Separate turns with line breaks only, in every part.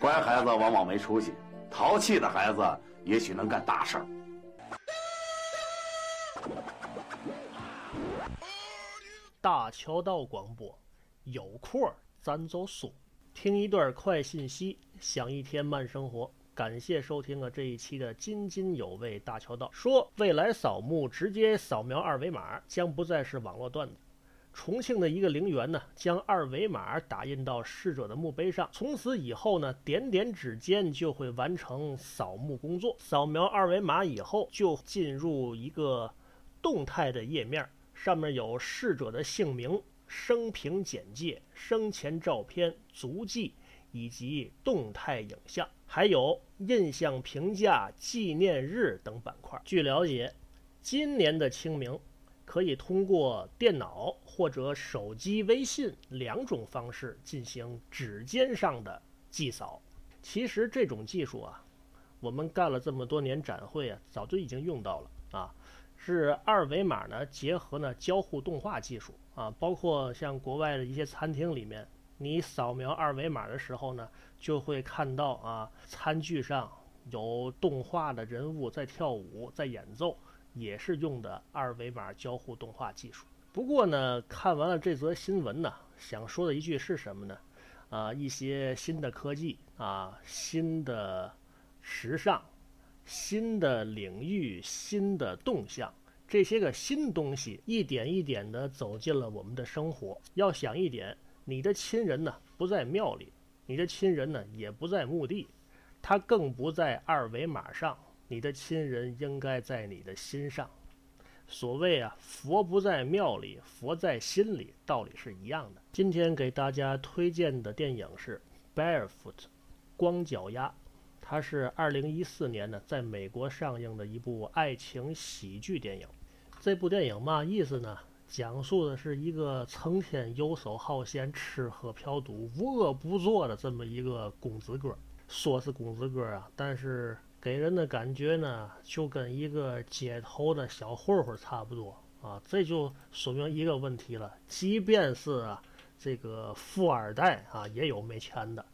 乖孩子往往没出息，淘气的孩子也许能干大事儿。
大桥道广播，有空儿咱就说，听一段快信息，享一天慢生活。感谢收听啊这一期的津津有味大桥道说，未来扫墓直接扫描二维码将不再是网络段子。重庆的一个陵园呢，将二维码打印到逝者的墓碑上，从此以后呢，点点指尖就会完成扫墓工作。扫描二维码以后，就进入一个动态的页面，上面有逝者的姓名、生平简介、生前照片、足迹以及动态影像，还有印象评价、纪念日等板块。据了解，今年的清明可以通过电脑或者手机微信两种方式进行指尖上的祭扫。其实这种技术啊，我们干了这么多年展会啊，早就已经用到了啊。是二维码呢，结合呢交互动画技术啊，包括像国外的一些餐厅里面，你扫描二维码的时候呢，就会看到啊，餐具上有动画的人物在跳舞，在演奏，也是用的二维码交互动画技术。不过呢，看完了这则新闻呢，想说的一句是什么呢？啊，一些新的科技啊，新的时尚，新的领域、新的动向，这些个新东西一点一点地走进了我们的生活。要想一点，你的亲人呢不在庙里，你的亲人呢也不在墓地，他更不在二维码上，你的亲人应该在你的心上。所谓啊，佛不在庙里，佛在心里，道理是一样的。今天给大家推荐的电影是《Barefoot》，光脚丫。它是二零一四年呢在美国上映的一部爱情喜剧电影。这部电影嘛意思呢？讲述的是一个成天游手好闲、吃喝嫖赌、无恶不作的这么一个公子哥儿。说是公子哥儿啊，但是给人的感觉呢，就跟一个街头的小混混差不多啊。这就说明一个问题了，即便是啊这个富二代啊，也有没钱的。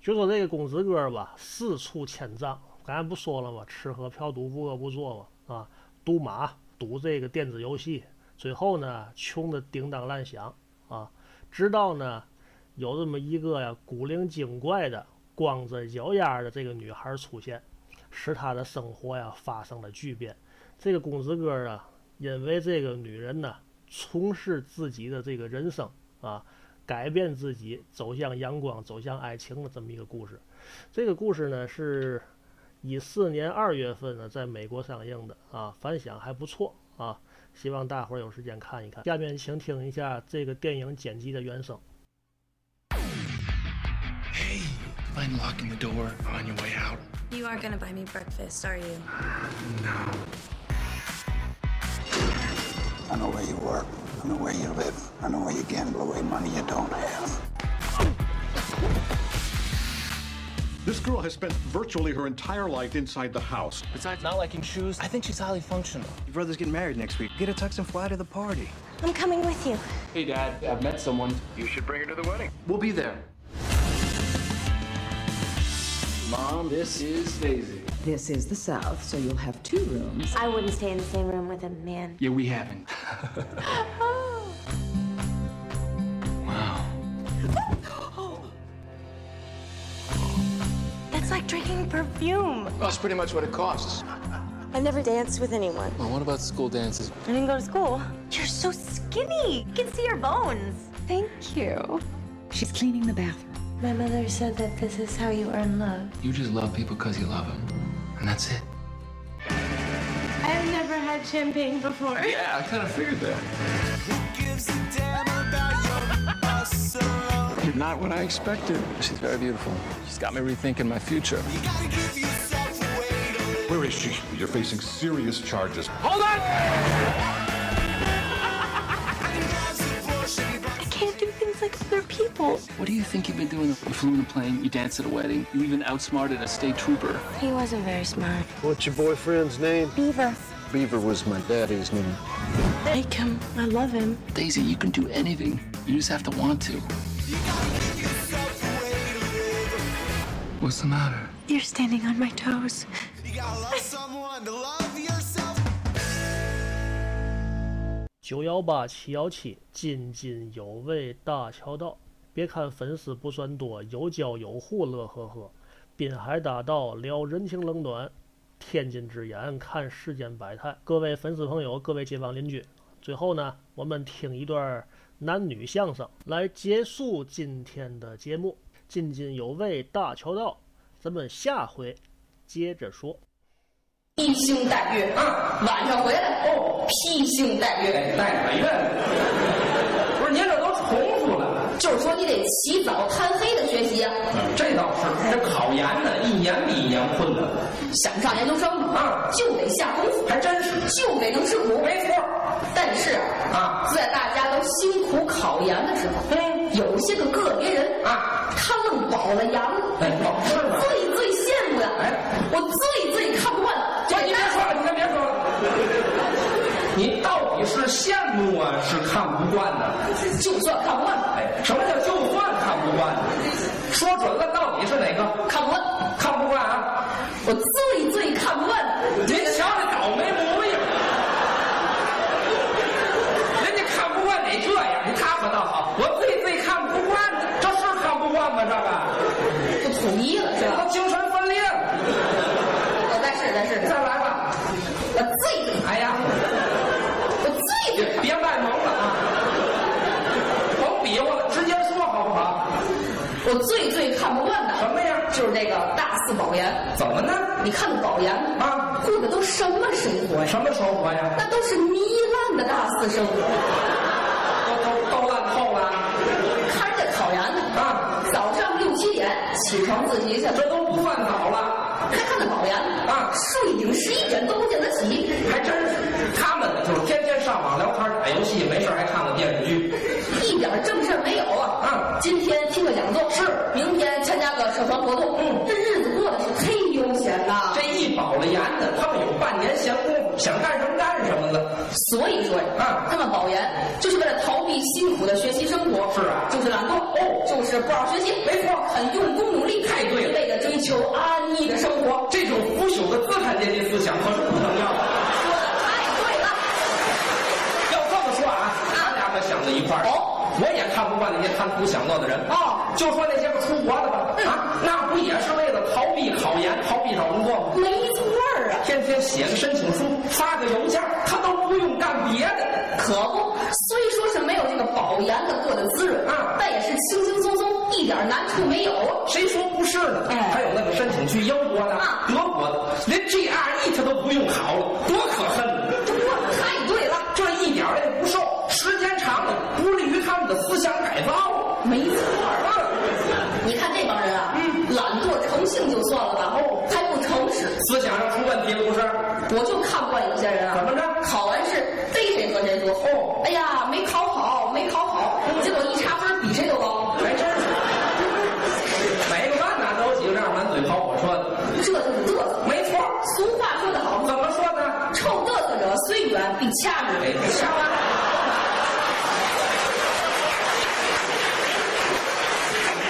就说这个公子哥儿吧，四处欠账，刚才不说了吗？吃喝嫖赌无恶不作嘛，啊，赌马，赌这个电子游戏，最后呢，穷得叮当乱响啊，直到呢，有这么一个呀古灵精怪的光着脚丫儿的这个女孩儿出现，使他的生活呀发生了巨变。这个公子哥儿啊，因为这个女人呢，从事自己的这个人生啊，改变自己，走向阳光，走向爱情的这么一个故事。这个故事呢是一四年二月份呢在美国上映的啊，反响还不错啊，希望大伙儿有时间看一看。下面请听一下这个电影剪辑的原声。
Hey, mind locking the door on your way out?
You aren't gonna buy me breakfast, are you?
I know where you work. I know where you live. I know where you gamble away money you don't have.
This girl has spent virtually her entire life inside the house.
Besides not liking shoes, I think she's highly functional.
Your brother's getting married next week. Get a tux and fly to the party.
I'm coming with you.
Hey, Dad, I've met someone.
You should bring her to the wedding.
We'll be there. Mom, this is Daisy.
This is the South, so you'll have two rooms.
I wouldn't stay in the same room with a man.
Yeah, we haven't.
That's like drinking perfume.
That's pretty much what it costs.
I've never danced with anyone.
Well, what about school dances?
I didn't go to school. You're so skinny. You can see your bones. Thank you.
She's cleaning the bathroom.
My mother said that this is how you earn love.
You just love people because you love them. And that's it.
I've never had champagne before.
Yeah, I kind of figured that. You're not what I expected. She's very beautiful. She's got me rethinking my future.
Where is she? You're facing serious charges.
I can't do things like other people.
What do you think you've been doing? You flew in a plane, you danced at a wedding, you even outsmarted a state trooper.
He wasn't very smart.
What's your boyfriend's name?
Beaver.
Beaver was my daddy's name.
Like him. I love him.
Daisy, you can do anything. You just have to want to. What's the matter?
You're standing on my toes.
You gotta love someone to love yourself.
九幺八七幺七，津津有味大桥道。别看粉丝不算多，有交有户，乐呵呵。滨海大道聊人情冷暖，天津之眼看世间百态。各位粉丝朋友，各位街坊邻居，最后呢，我们听一段男女相声来结束今天的节目。津津有味大桥道，咱们下回接着说。
披星戴月啊，晚上回来哦，披星戴月，戴什么月？不是您这都重复了，就是说你得起早贪黑的学习啊。这倒是，这考研呢，一年比一年困难。想上研究生啊，就得下功夫，还真是，就得能吃苦，没错。但是啊，在大家都辛苦考研的时候，嗯，有些个个别人啊，他愣饱了羊，哎，是最最羡慕的，哎，我最最看不惯的。
行，你别说了，你先别说了。你到底是羡慕啊，是看不惯呢？
就算看不惯，
哎，什么叫就算看不惯呢？说准了，到底是哪个？
看不惯，
看不惯啊！
我最最看不惯的。
您瞧这倒霉模样，人家看不惯得这样，你他可倒好，我最最看不惯的，这是看不惯吗？这个，
就统一了，是
这
吧哦
都？精神分裂了。
我再试再试，
再来吧，
我最最
哎呀！
我最最
别卖萌了 啊！甭比划了，直接说好不好？
我最最看不惯的
什么呀
就是这个大四保研。
怎么呢？
你看保研
啊
过的都什么生活呀？
什么生活呀？
那都是糜烂的大四生活。
都都都烂透了，
看人家考研呢
啊，
早上六七点起床自习去，
这都不犯早了，
还看那保研
啊
睡醒十一点都不见得起。
还真是。他们呢，就是天天上网聊天、打游戏，没事还看看电视剧。
一点正事儿没有啊！
啊
今天听个讲座是，明天参加个社团活动，嗯，这日子过得是忒悠闲呐。
这一饱了盐的，他们有半年闲工夫，想干什么干什么了。
所以说呀，
啊
他们保研就是为了逃避辛苦的学习生活，
是啊
就是懒惰，哦，就是不好好学习，没错，很用功努力，
太对了
为了追求安逸的生活，
这种腐朽的资产阶级思想可是不能要的。
说的太对了。
要这么说啊，他俩可想到一块儿。
哦，
我也看不惯那些贪图享乐的人。
哦嗯
就说那些个出国的吧，啊，那不也是为了逃避考研、逃避找工作吗？
没错儿啊，
天天写个申请书，发个邮件，他都不用干别的。
可不，虽说是没有这个保研的过的滋润
啊
但也是轻轻松松，一点难处没有。
谁说不是呢？
哎
还有那个申请去英国的、
啊
德国的，连 GRE 他都不用考了，多可恨呢！
说的太对了，
这一点儿也不受，时间长了不利于他们的思想改造啊。
没错儿。你看这帮人啊，嗯，懒惰成性就算了吧，哦，还不诚实。
思想上出问题了不是？
我就看不惯有些人啊，
怎么着
考完试非谁和谁作。哦，哎呀，没考好，没考好，结果一查分比谁都高，
还真是，每个班哪都有几个这样满嘴跑火车的？
这就是嘚瑟。
没错，
俗话说得好，
怎么说呢？
臭嘚瑟者虽远必掐
哎
指，
瞎
哎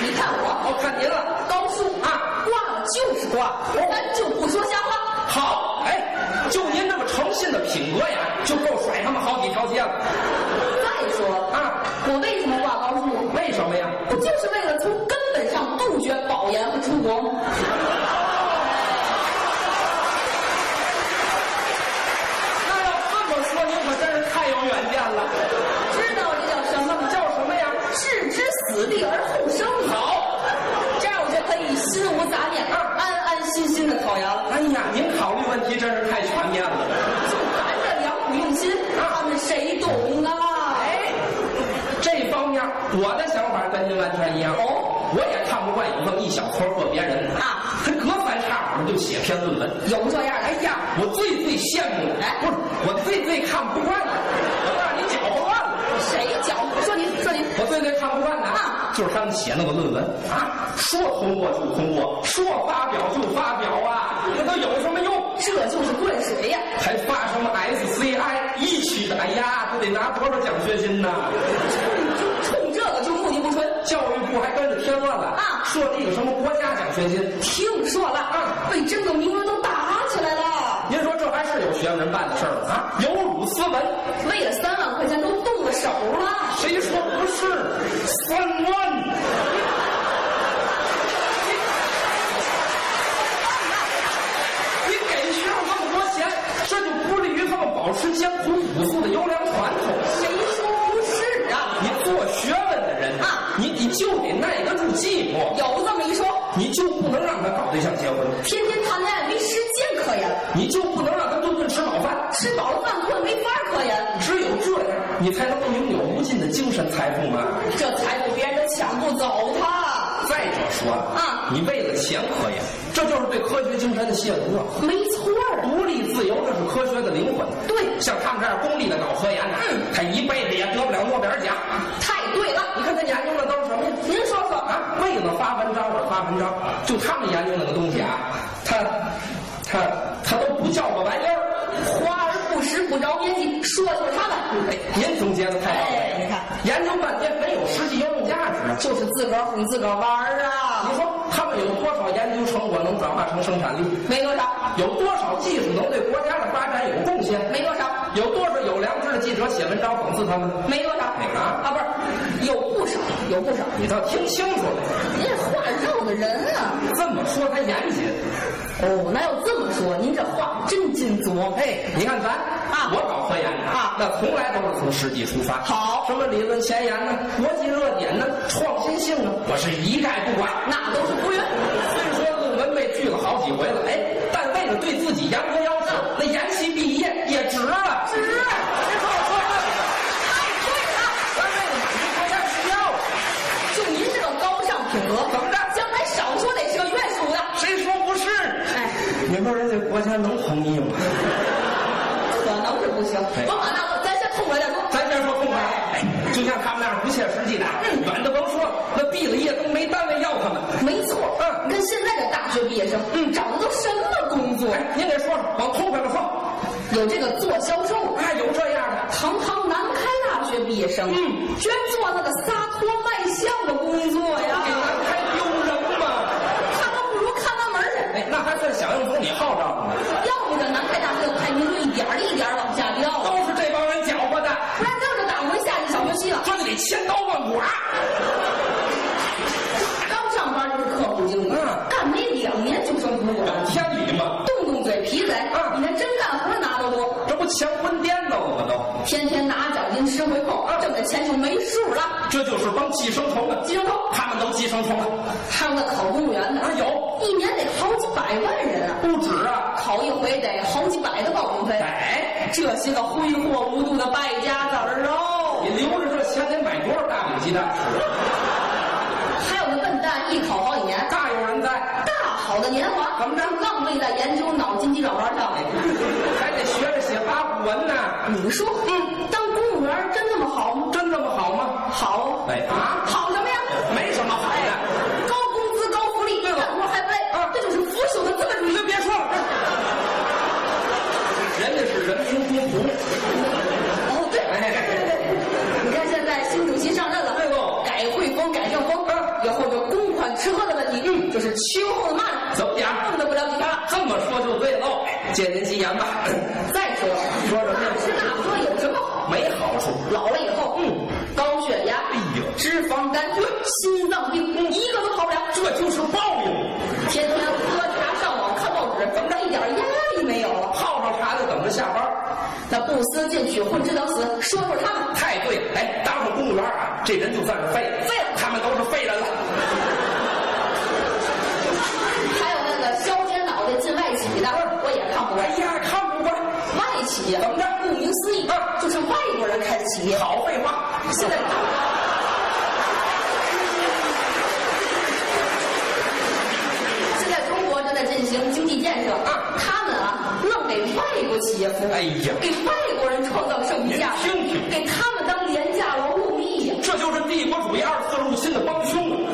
你看我，
我看您了，
高数啊，挂了就是挂，咱就不说瞎话。
好，哎，就您这么诚信的品格呀，就够甩他们好几条街了。
再说了
啊，
我为什么挂高数？
为什么呀？
不就是为了从根本上杜绝保研和出国吗？
那要这么说，您可真是太有远见了。
知道这叫什么吗？
叫什么呀？
置之死地而后生。好，这样我就可以心无杂念，安安心心的考研了。
哎呀，您考虑问题真是太全面了。
就咱这良苦用心，他们谁懂啊？哎，
这方面我的想法跟您完全一样。
哦，
我也看不惯有这么一小撮儿个别人
啊，
他隔三差五的就写篇论文。
有这样的，
哎呀，我最最羡慕的，哎，不是，我最最看不惯的，我让你搅和乱了。
谁搅和？说您，说您，
我最最看不惯的啊，就是他们写那个论文啊，说通过就通过，说发表就发表啊，那都有什么用？
这就是灌水呀！
还发什么 SCI 一区的？哎呀，这得拿多少奖学金呢？
冲这个就目的不纯。
教育部还跟着添乱了
啊设立个什么国家奖学金。
听说了啊，为争个名额都打起来了。
您说这还是有学问人办的事儿吗？啊，有辱斯文，
为了三万块钱都动了手了。
谁说不是？三万。你给学生那么多钱，这就不利于他们保持艰苦朴素的优良传统。
谁说不是啊？
你做学问的人
啊
你你就得耐得住寂寞，
有这么一说，
你就不能让他搞对象结婚，
天天谈恋爱没时间可言，
你就不能让他顿顿吃饱饭。
吃饱了饭困没法可言，
只有这样，你才能够拥有无尽的精神财富嘛。
这财富别人都抢不走他。
再者说了
啊
你为了钱可以，这就是对科学精神的亵渎啊。
没错儿，
独立自由，这是科学的灵魂。
对
像他们这样功利的搞科研，嗯，他一辈子也得不了诺贝尔奖。
太对了。
你看他研究的都是什么呀？您说说啊，为了发文章而发文章，就他们研究那个东西啊，他他他都不叫个玩意儿。
花而不实，不着边际，说的就是他们，
您总结的太到位
哎
了，
你看
研究半天没有实际应用价值啊。
就是自个儿哄自个儿玩儿
你
啊，
说他们有多少研究成果能转化成生产力？
没多少，
有多少技术能对国家的发展有贡献？
没多少，
有多少有良知的记者写文章讽刺他们？
没多少
哪个
啊，
啊
不是，有不少，有不少。
你倒听清楚了，
您这话绕的人啊！
这么说他严谨。
哦，哪有这么说？您这话真金琢。哎，
你看咱
啊
我搞科研的
啊
那从来都是从实际出发。
好
什么理论前沿呢？国际热点呢？创新性啊，我是一概不管。
那都是胡云。
虽说论文被拒了好几回了，哎，但为了对自己严格要求，那延期毕业也值了。值。咱为了满足国家需要，
就您这个高尚品格，
怎么着
将来少说得是个院属的。
谁说不是？
哎，
你说人家国家能同意吗？
可能是不行。
哎
甭管那个，咱先痛快再说。
咱先说痛快
哎
啊，就像他们那样不切实际的，远的甭说，那毕了业都没单位要他们。
嗯没错，嗯，跟现在这大学毕业生，嗯，找的都什么工作？
哎，您给说说，往痛快了说，
有这个做销售，
哎，有这样的，
堂堂南开大学毕业生，嗯，居然做那个撒脱卖笑的工作
给
呀，
咱哎还丢人吗？
看都不如看那门儿去。
哎，那还算响应总理号召呢，
要不这南开大学的排名就一点儿一点儿往下掉
都
了，
是这帮人搅和的，
不然就是打回下级小学啊系了。
说的得千刀万剐。
刚上班就是客户经理，
嗯
干没两年就升主管
有，天理吗？
动动嘴皮子，
嗯
比那真干活拿得多，
这不乾坤颠倒了吗？都，
天天拿奖金吃回扣，挣的钱就没数了。
这就是帮寄生虫的，
寄生虫
他们都寄生虫了，
还有那考公务员的，
啊有
一年得好几百万人啊，
不止啊。
考一回得好几百的报名费。
哎，
这些个挥霍无度的败家子儿
你
哦，
留着这钱得买多少大米鸡蛋吃？啊
还有那笨蛋一考好几年，
大有人在，
大好的年华
怎么着
浪费在研究脑筋急转弯上了。
还得学着写八股文呢。
你说，嗯，当公务员真那么好吗？
真这么好吗？
好，
哎啊，
好什么呀？哎
没什么好的。
高工资、高福利，干活还不累，啊，这就是腐朽的资本主义。哦别 说了。
人家是人民公仆，
哦，对，对对对，你看现在新主席上任
哎
了，改汇丰、改正
嗯
丰，以后这公款吃喝的问题，嗯，就是秋后的蚂蚱，
怎么讲
碰得不了几天了。
这么说就对哎喽。借您吉言吧，
再说了，
说什么呀
大吃大喝有什么好？
没好处。
老了以后，嗯，高血压，哎
呦
脂肪肝，对，心脏病，一个都好不了。
这就是报应。
天天喝茶、上网、看报纸，怎么着一点压力没有了？
泡泡茶就等着下班，
那不思进取、混吃等死，说说他们。
太对了。哎，当上公务员啊，这人就算是废了，
废了
他们都是废人了。
还有那个削尖脑袋进外企的，我也看不惯
哎。呀，看不惯，
外企怎么着？顾名思义，就是外国人开的企业。
好废话。
现在现在中国正在进行经济建设，他们啊，愣给外国企业服务，
哎呀
给外国人创造剩余价值，
您听听
给他们当廉价劳动力呀，
这就是帝国主义二次入侵的帮凶啊！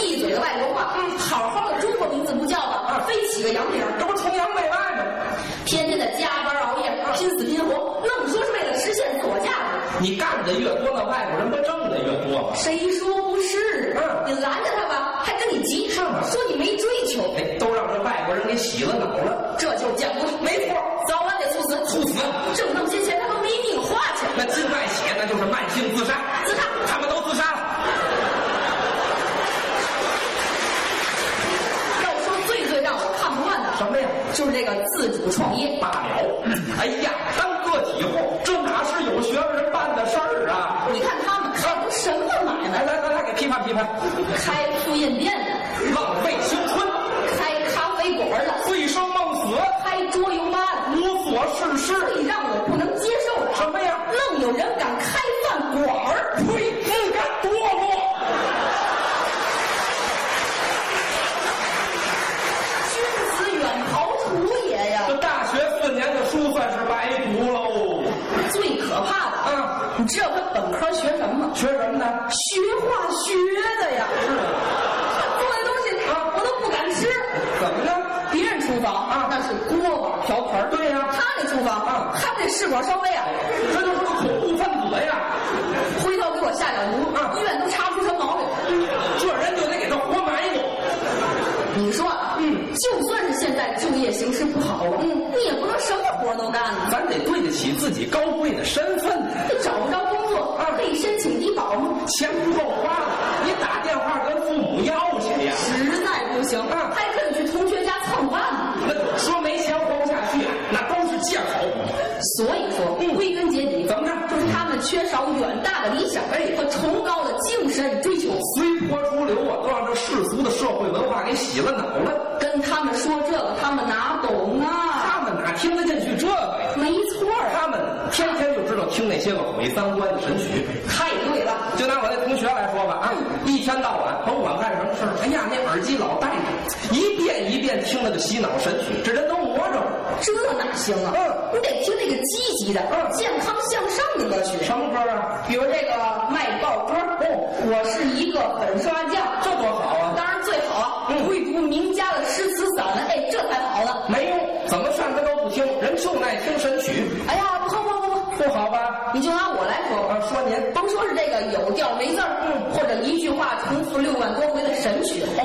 一嘴的外国话，好好的中国名字不叫吗？非起个洋名儿，
这不崇洋媚外吗？
天天的加班熬夜，拼死拼活，愣说是为了实现自我价值。
你干的越多，那外国人不挣的越多吗？
谁说不是？
嗯
你拦着他吧，还跟你急，
是吗
说你没追求，
哎，都让这外国人给洗了脑了。
这就是建国，
没错，
早晚得猝死，
猝死
挣那么些钱，他都没命花去。
那境外写那就是慢性自杀，
自杀
他们都自杀了。
要说最最让我看不惯的
什么呀？
就是这个自主创业
罢了。哎呀，当个体户，这哪是有学问人办的事儿啊？
你看他们开的什么买
来
卖？
来，咱俩给批判批判，
开复印店的，
浪费青春，
开咖啡馆的，
醉生梦死，
开桌游吧的，
无所事事。
最让我不能接受的
什么呀？
愣有人敢开饭馆儿，
呸！自甘堕落。
君子远庖厨也呀
这！大学四年的书算是白读喽。
最可怕的
啊，
你知道他本科学什么吗？
学什么呢？嗯
学化学的呀！做的东西我都不敢吃。
怎么呢？嗯
别人厨房啊，那是锅碗瓢盆儿，
对呀
他那厨房
啊
他们那试管烧杯啊，
嗯这就是个恐怖分子呀！
回头给我下点毒，
啊
医院都查不出什么毛病。
这人就得给他活埋了。
你说啊，嗯，就算是现在就业形势不好，嗯，你也不能什么活儿都干呢。
咱得对得起自己高贵的身份，
你找不着工作，啊，可以申请医保吗？
钱不够花了，你打电话跟父母要去呀。
实在不行，
啊
还可以去同学家蹭饭呢。
那说没钱活不下去，那都是借口。嗯
所以说，归根结底，
怎么着
就是他们缺少远大的理想，哎，和崇高的精神追求。
随波逐流啊，都让这世俗的社会文化给洗了脑了。
跟他们说这个，他们哪懂啊？
他们哪听得进去这个呀？
没错儿啊，
他们天天就知道听那些个毁三观的神曲。
太对了。嗯
就拿我那同学来说吧，啊，一天到晚甭管干什么事儿，哎呀，那耳机老戴着，一遍一遍听那个洗脑神曲，这人都魔怔了。
这哪行啊？
嗯
你得听那个积极的、
嗯
健康向上的歌曲，
什么歌啊？
比如这个卖报歌，哦，我是一个粉刷匠，
这多好啊！
当然最好啊，
嗯
会读名家的诗词散文，哎，这才好呢。
没用，怎么劝他都不听，人就爱听神曲，
哎呀，不不不不不，
不好吧？
你就拿我来说吧
啊，。说您
甭说是这个有调没字儿，或者一句话重复六万多回的神曲哦，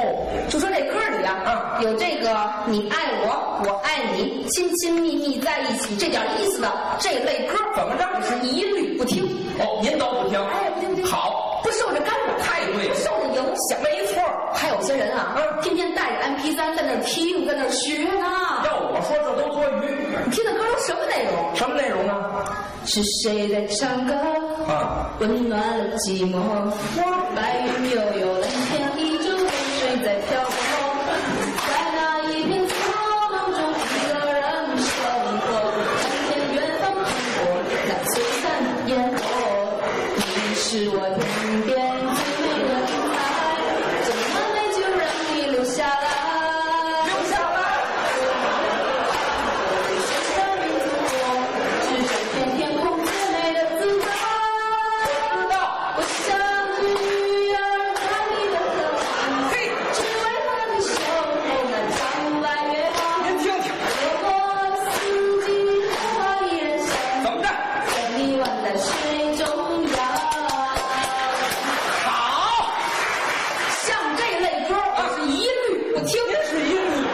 就说这歌里啊，
啊
有这个你爱我，我爱你，亲亲密密在一起这点意思的这类歌，
怎么着
我是一律不听，
哦，您都不听，
哎不听不听
好，
不受着干扰，
太对了
不受着影响，没错。还有些人啊，
嗯
天天带着 MP 三在那儿听，在那儿学呢，
要我说这都多余。
你听的歌都什么内容？
什么内容啊？
是谁在唱歌？
啊，
温暖了寂寞。白云悠悠，蓝天一中，流水在漂泊。在那一片苍茫中，一个人生活。看见远方烟火，那璀璨烟火。你是我天边最美的云彩，这么美就让你留下来。留下来。只是片天空最美的姿态。知道，我想去儿看你的可爱，只为和你守候那长白月光。
您听听，
走过四季，花依然
怎
香，
么着？
在你宛在水中央。
好，
像这类歌，我是一律不听。
您是一律。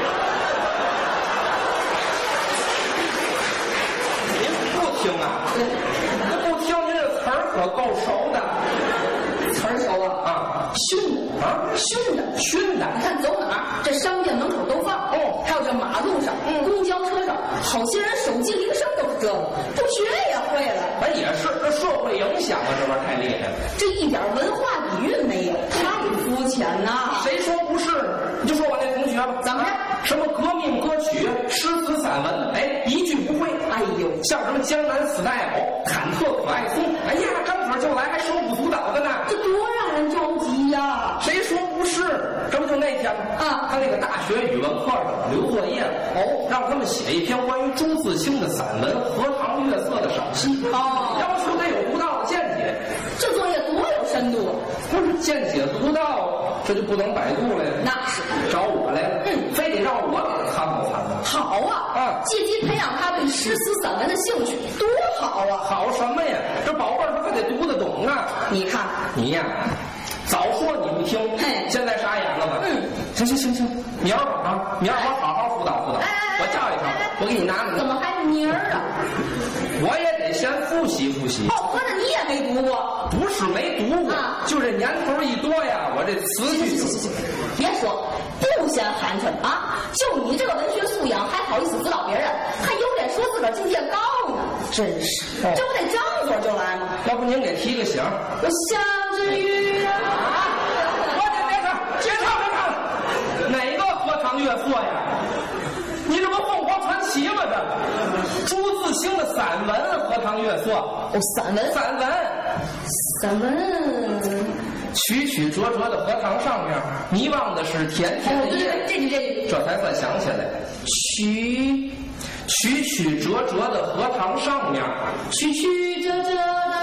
您不听啊？您不听，您这词儿可够熟的
词儿熟啊，
啊！
凶的
啊
凶的。
熏的
你看走哪儿，这商店门口都放
哦嗯
还有这马路上、公交车上，好些人手机铃声都是这个，不学也会了，
咱也是，这社会影响啊，这玩意儿太厉害了。
这一点文化底蕴没有，太肤浅呐！
谁说不是呢？你就说我那同学吧，
啊怎么着
什么革命歌曲、诗词散文，哎，一句不会。
哎呦，
像什么江南 style、忐忑可爱松，哎呀，张嘴就来，还手舞足蹈的呢。
这多让人着急呀、
谁说不是？这不就那天吗？
啊
他那个大学语文课上留作业了，哦，让他们写一篇关于朱自清的散文《荷塘月色的赏析》，
哦
要求得有独到的见解。
这作业多有深度啊！
他是见血不到，啊这就不能百度了呀。
那是
找我来了，嗯，非得让我给他看好看呢。
好啊，借机培养他对诗词散文的兴趣，多好啊！
好什么呀？这宝贝儿他还得读得懂啊！
你看，
你呀，早说你不听，
嘿
现在傻眼了吧？
嗯，
行行行行，你要是啊，你要是我好好辅导辅导，
哎哎哎
我教育
哎哎
他，我给你拿拿，
怎么还泥儿啊？
我也得先复习复习。
哦，合着你也没读过？
不是没读过，
啊
就这年头一多呀，我这词
行行
句
行行行，别说，不嫌寒碜啊！就你这个文学素养，还好意思指导别人，还有脸说自个儿境界高呢？真是，
哎
这不得张嘴就来吗？
要不您给提个醒儿？
我像只鱼儿
啊！我得别唱，别唱，别唱！哪个荷塘月色呀？你这不凤凰传奇吗？这朱自清的散文《荷塘月色
哦，散》，文，
散文
散文。
曲曲折折的荷塘上面，迷望的是甜
哎
甜
呦，
的
对对对，
夜，
这句这句，
这才算想起来。曲曲曲折折的荷塘上面，
曲曲折折的